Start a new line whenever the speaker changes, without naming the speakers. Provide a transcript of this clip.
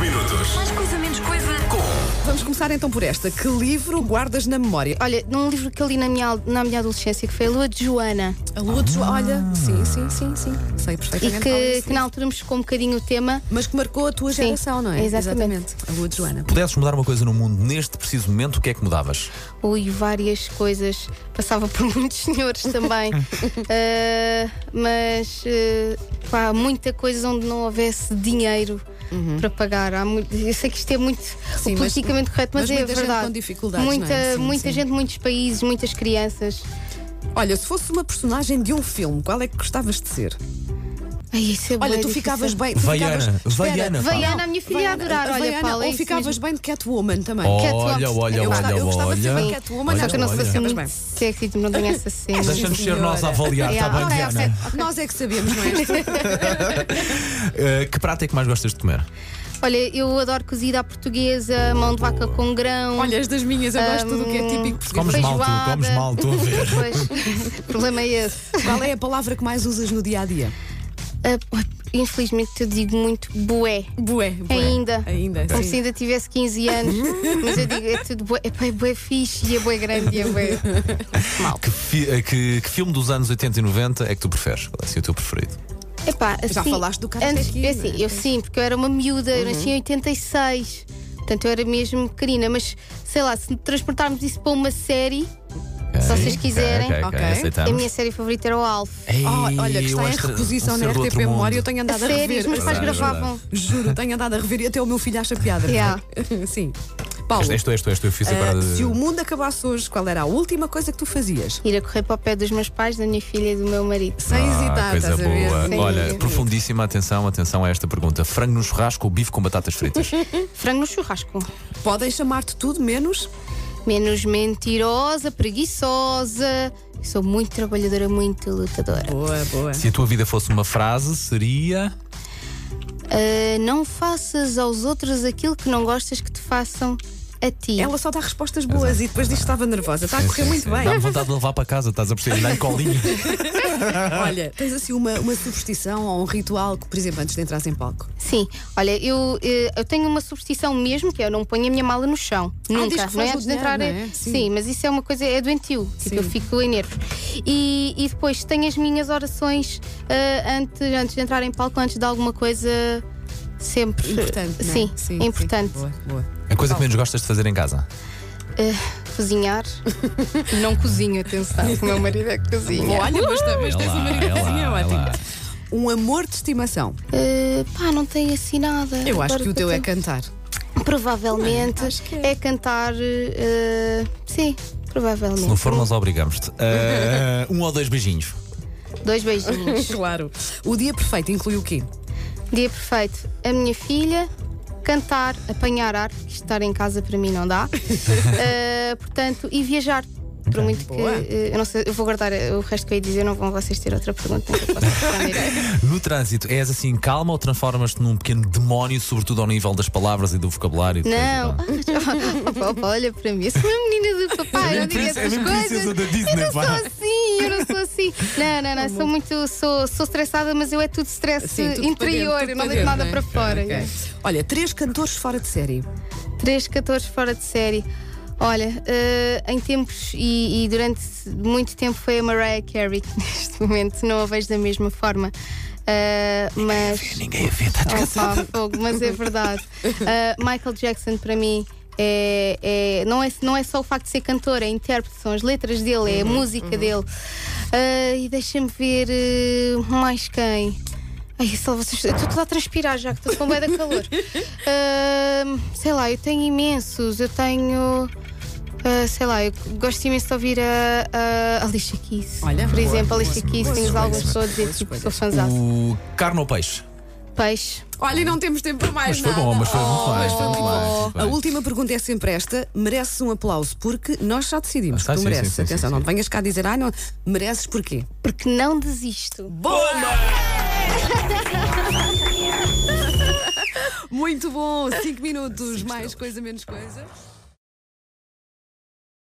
minutos.
Mais coisa, menos coisa.
Vamos começar então por esta. Que livro guardas na memória?
Olha, num livro que eu li na minha, al- na minha adolescência, que foi a Lua de Joana,
A Lua de João. Olha, sim, sim, sim, sim. Sei
e
perfeitamente. qual é
que,
esse
que na altura me chocou um bocadinho o tema.
Mas que marcou a tua
Sim,
geração, não é?
exatamente.
A Lua de Joana.
Pudesses mudar uma coisa no mundo neste preciso momento, o que é que mudavas?
Ui, várias coisas. Passava por muitos senhores também. Ah, mas ah, pá, muita coisa onde não houvesse dinheiro para pagar. Há muito- eu sei que isto é muito
Uhum. Sim,
o
mas-
politicamente correto, mas,
mas
é
muita gente
verdade.
com dificuldades, não é?
muita
Sim,
muita
sim.
gente, muitos países, muitas crianças.
Olha, se fosse uma personagem de um filme, qual é que gostavas de ser?
Ai, isso é
Olha,
bué
tu
difícil.
ficavas bem. Tu
Veiana,
ficavas, espera,
Veiana, pá.
Veiana, a minha filha ia
Veiana,
adorar. Olha,
Veiana,
Paula, é
ou
isso
ficavas
mesmo.
bem de Catwoman também.
Oh,
Olha, olha,
Eu
olha,
gostava-
eu gostava de é ser
olha.
uma Catwoman,
Só que eu não
Olha,
soubesse
olha.
muito sexy, tipo, não tenho essa cena.
Deixa-nos ser
senhora.
nós a
tá
avaliar, está
Yeah,
bem,
ok,
Diana?
Nós é que sabemos, não é?
Eh, que prato é que mais gostas de comer?
Olha, eu adoro cozida à portuguesa, mão de vaca com grão.
Olha, as das minhas, eu gosto de tudo o que é
Hum,
típico português.
Comes mal, tu,
Feijoada.
comes mal, estou a ver.
Pois, o problema é esse.
Qual é a palavra que mais usas no dia a dia?
Ah, infelizmente eu digo muito bué.
Bué. bué.
Ainda.
Ainda,
Como
sim.
se ainda tivesse 15 anos. Mas eu digo, é tudo bué. Epá, é bué fixe e é bué grande e é bué. Mal.
Que, fi- eh, que- que filme dos anos 80 e 90 é que tu preferes? Qual é assim, o teu preferido?
Epá, assim,
Já falaste do Karate
antes,
Kid,
é assim,
não é? Uhum.
Eu sim, porque eu era uma miúda, eu nasci em 86. Portanto, eu era mesmo pequenina. Mas, sei lá, se transportarmos isso para uma série,
Ok,
Se vocês
ok,
quiserem.
ok,
Ok.
a
aceitamos.
minha série favorita era o Alf.
Ei,
Oh, olha, que
um
está em
extra-
reposição
um
na
ser do outro
RTP Memória, eu
mundo.
tenho
A
andado a,
série,
rever.
os meus pais
Verdade,
gravavam.
Juro, tenho andado a rever e até o meu filho acha piada. é?
Yeah.
Sim. Paulo,
Este, este, este, eu fiz
ah,
agora. de-
se o mundo acabasse hoje, qual era a última coisa que tu fazias?
Ir a correr para o pé dos meus pais, da minha filha e do meu marido.
Sem
Ah,
hesitar,
coisa
estás a ver?
boa.
Sim.
Olha, profundíssima atenção, atenção a esta pergunta. Frango no churrasco ou bife com batatas fritas?
Frango no churrasco.
Podem chamar-te tudo menos.
Menos mentirosa, preguiçosa. Sou muito trabalhadora, muito lutadora.
Boa, boa.
Se a tua vida fosse uma frase, seria.
Ah, não faças aos outros aquilo que não gostas que te façam a ti.
Ela só dá respostas boas e depois diz que estava nervosa. Está a correr muito bem.
Dá-me vontade de levar para casa, estás a perceber? Dá-lhe colinho.
Olha, tens assim uma, uma superstição ou um ritual que, por exemplo, antes de entrares em palco?
Sim, olha, eu, eh, eu tenho uma superstição mesmo que é eu não ponho a minha mala no chão.
Ah, diz
Nunca,
que
não é
foge
antes
do
de entrar.
dinheiro,
eh,
não é? Sim.
Sim. mas isso é uma coisa, é doentio.
Sim.
Tipo, eu fico em nervos. E, e depois tenho as minhas orações eh, antes, antes de entrar em palco, antes de alguma coisa. Sempre.
Importante, não é?
Sim, é importante.
Boa, boa.
A coisa que menos gostas de fazer em casa?
Cozinhar. não cozinho, atenção, que o meu marido é que cozinha.
Olha, mas, tá- mas
É
tens
lá,
uma
é lá,
maridazinha
é
ótima.
lá.
Um amor de estimação.
Eh, pá, não tenho assim nada.
Eu acho
Agora
que o teu é
tenho.
cantar.
Provavelmente
Acho que é.
é. cantar. eh, sim, provavelmente.
Se não for, nós obrigamos-te. Ah, um ou dois beijinhos.
Dois beijinhos.
Claro. O dia perfeito inclui o quê?
Dia perfeito. A minha filha cantar, apanhar ar, porque isto estar em casa para mim não dá. Eh, portanto, e viajar. Por muito que.
Boa.
eh, eu não sei, eu vou guardar eh, o resto que eu ia dizer, não vão vocês ter outra pergunta. que eu possa responder.
No trânsito, és assim calma ou transformas-te num pequeno demónio, sobretudo ao nível das palavras e do vocabulário?
não. Ah, opa, olha para mim, eu sou uma menina do papai,
É
não digo essas coisas.
da Disney,
Eu não sou assim, eu não sou assim. Não, não, não, sou muito. Sou, sou estressada, mas eu é tudo stress
Tá Sim, tudo para
interior,
dentro, tudo
eu não
para dentro,
deito nada
não é?
para fora.
Ok. Olha, três cantores fora de série.
3, 14 fora de série. Olha, eh, em tempos e, e durante muito tempo foi a Mariah Carey, que neste momento não a vejo da mesma forma. Eh, mas.
Ninguém a vê, tá está
Opa, fogo, mas é verdade. Eh, Michael Jackson, para mim. É, é- não, é, não é só o facto de ser cantor, é intérprete, são as letras dele, é
Uhum,
a música dele. Eh, e deixa-me ver eh, mais quem. Ai, só vocês. eu Estou toda a transpirar já, que estou com bué da calor. Ahm, sei lá, eu tenho imensos. Eu tenho. ah, sei lá, eu gosto imenso de ouvir a, a Alicia Keys.
Olha,
Por
boa,
exemplo, a
boa,
Alicia Keys,
boa
tenho os
escolha,
álbuns
boa
todos e
escolha.
tipo, sou fãzão.
O carne ou peixe?
Peixe.
Olha, e não temos tempo para mais
Mas foi
nada. Oh,
bom, mas foi muito bem.
mas foi
muito
muito
Oh,
bem,
bom.
muito bem.
A última pergunta é sempre esta: mereces um aplauso? Porque nós já decidimos que
Ah,
tu
sim,
mereces.
sim, sim,
Atenção,
sim,
não
sim.
venhas cá dizer, ah, não, mereces porquê?
Porque não desisto.
Muito bom, 5 minutos, mais coisa, menos coisa.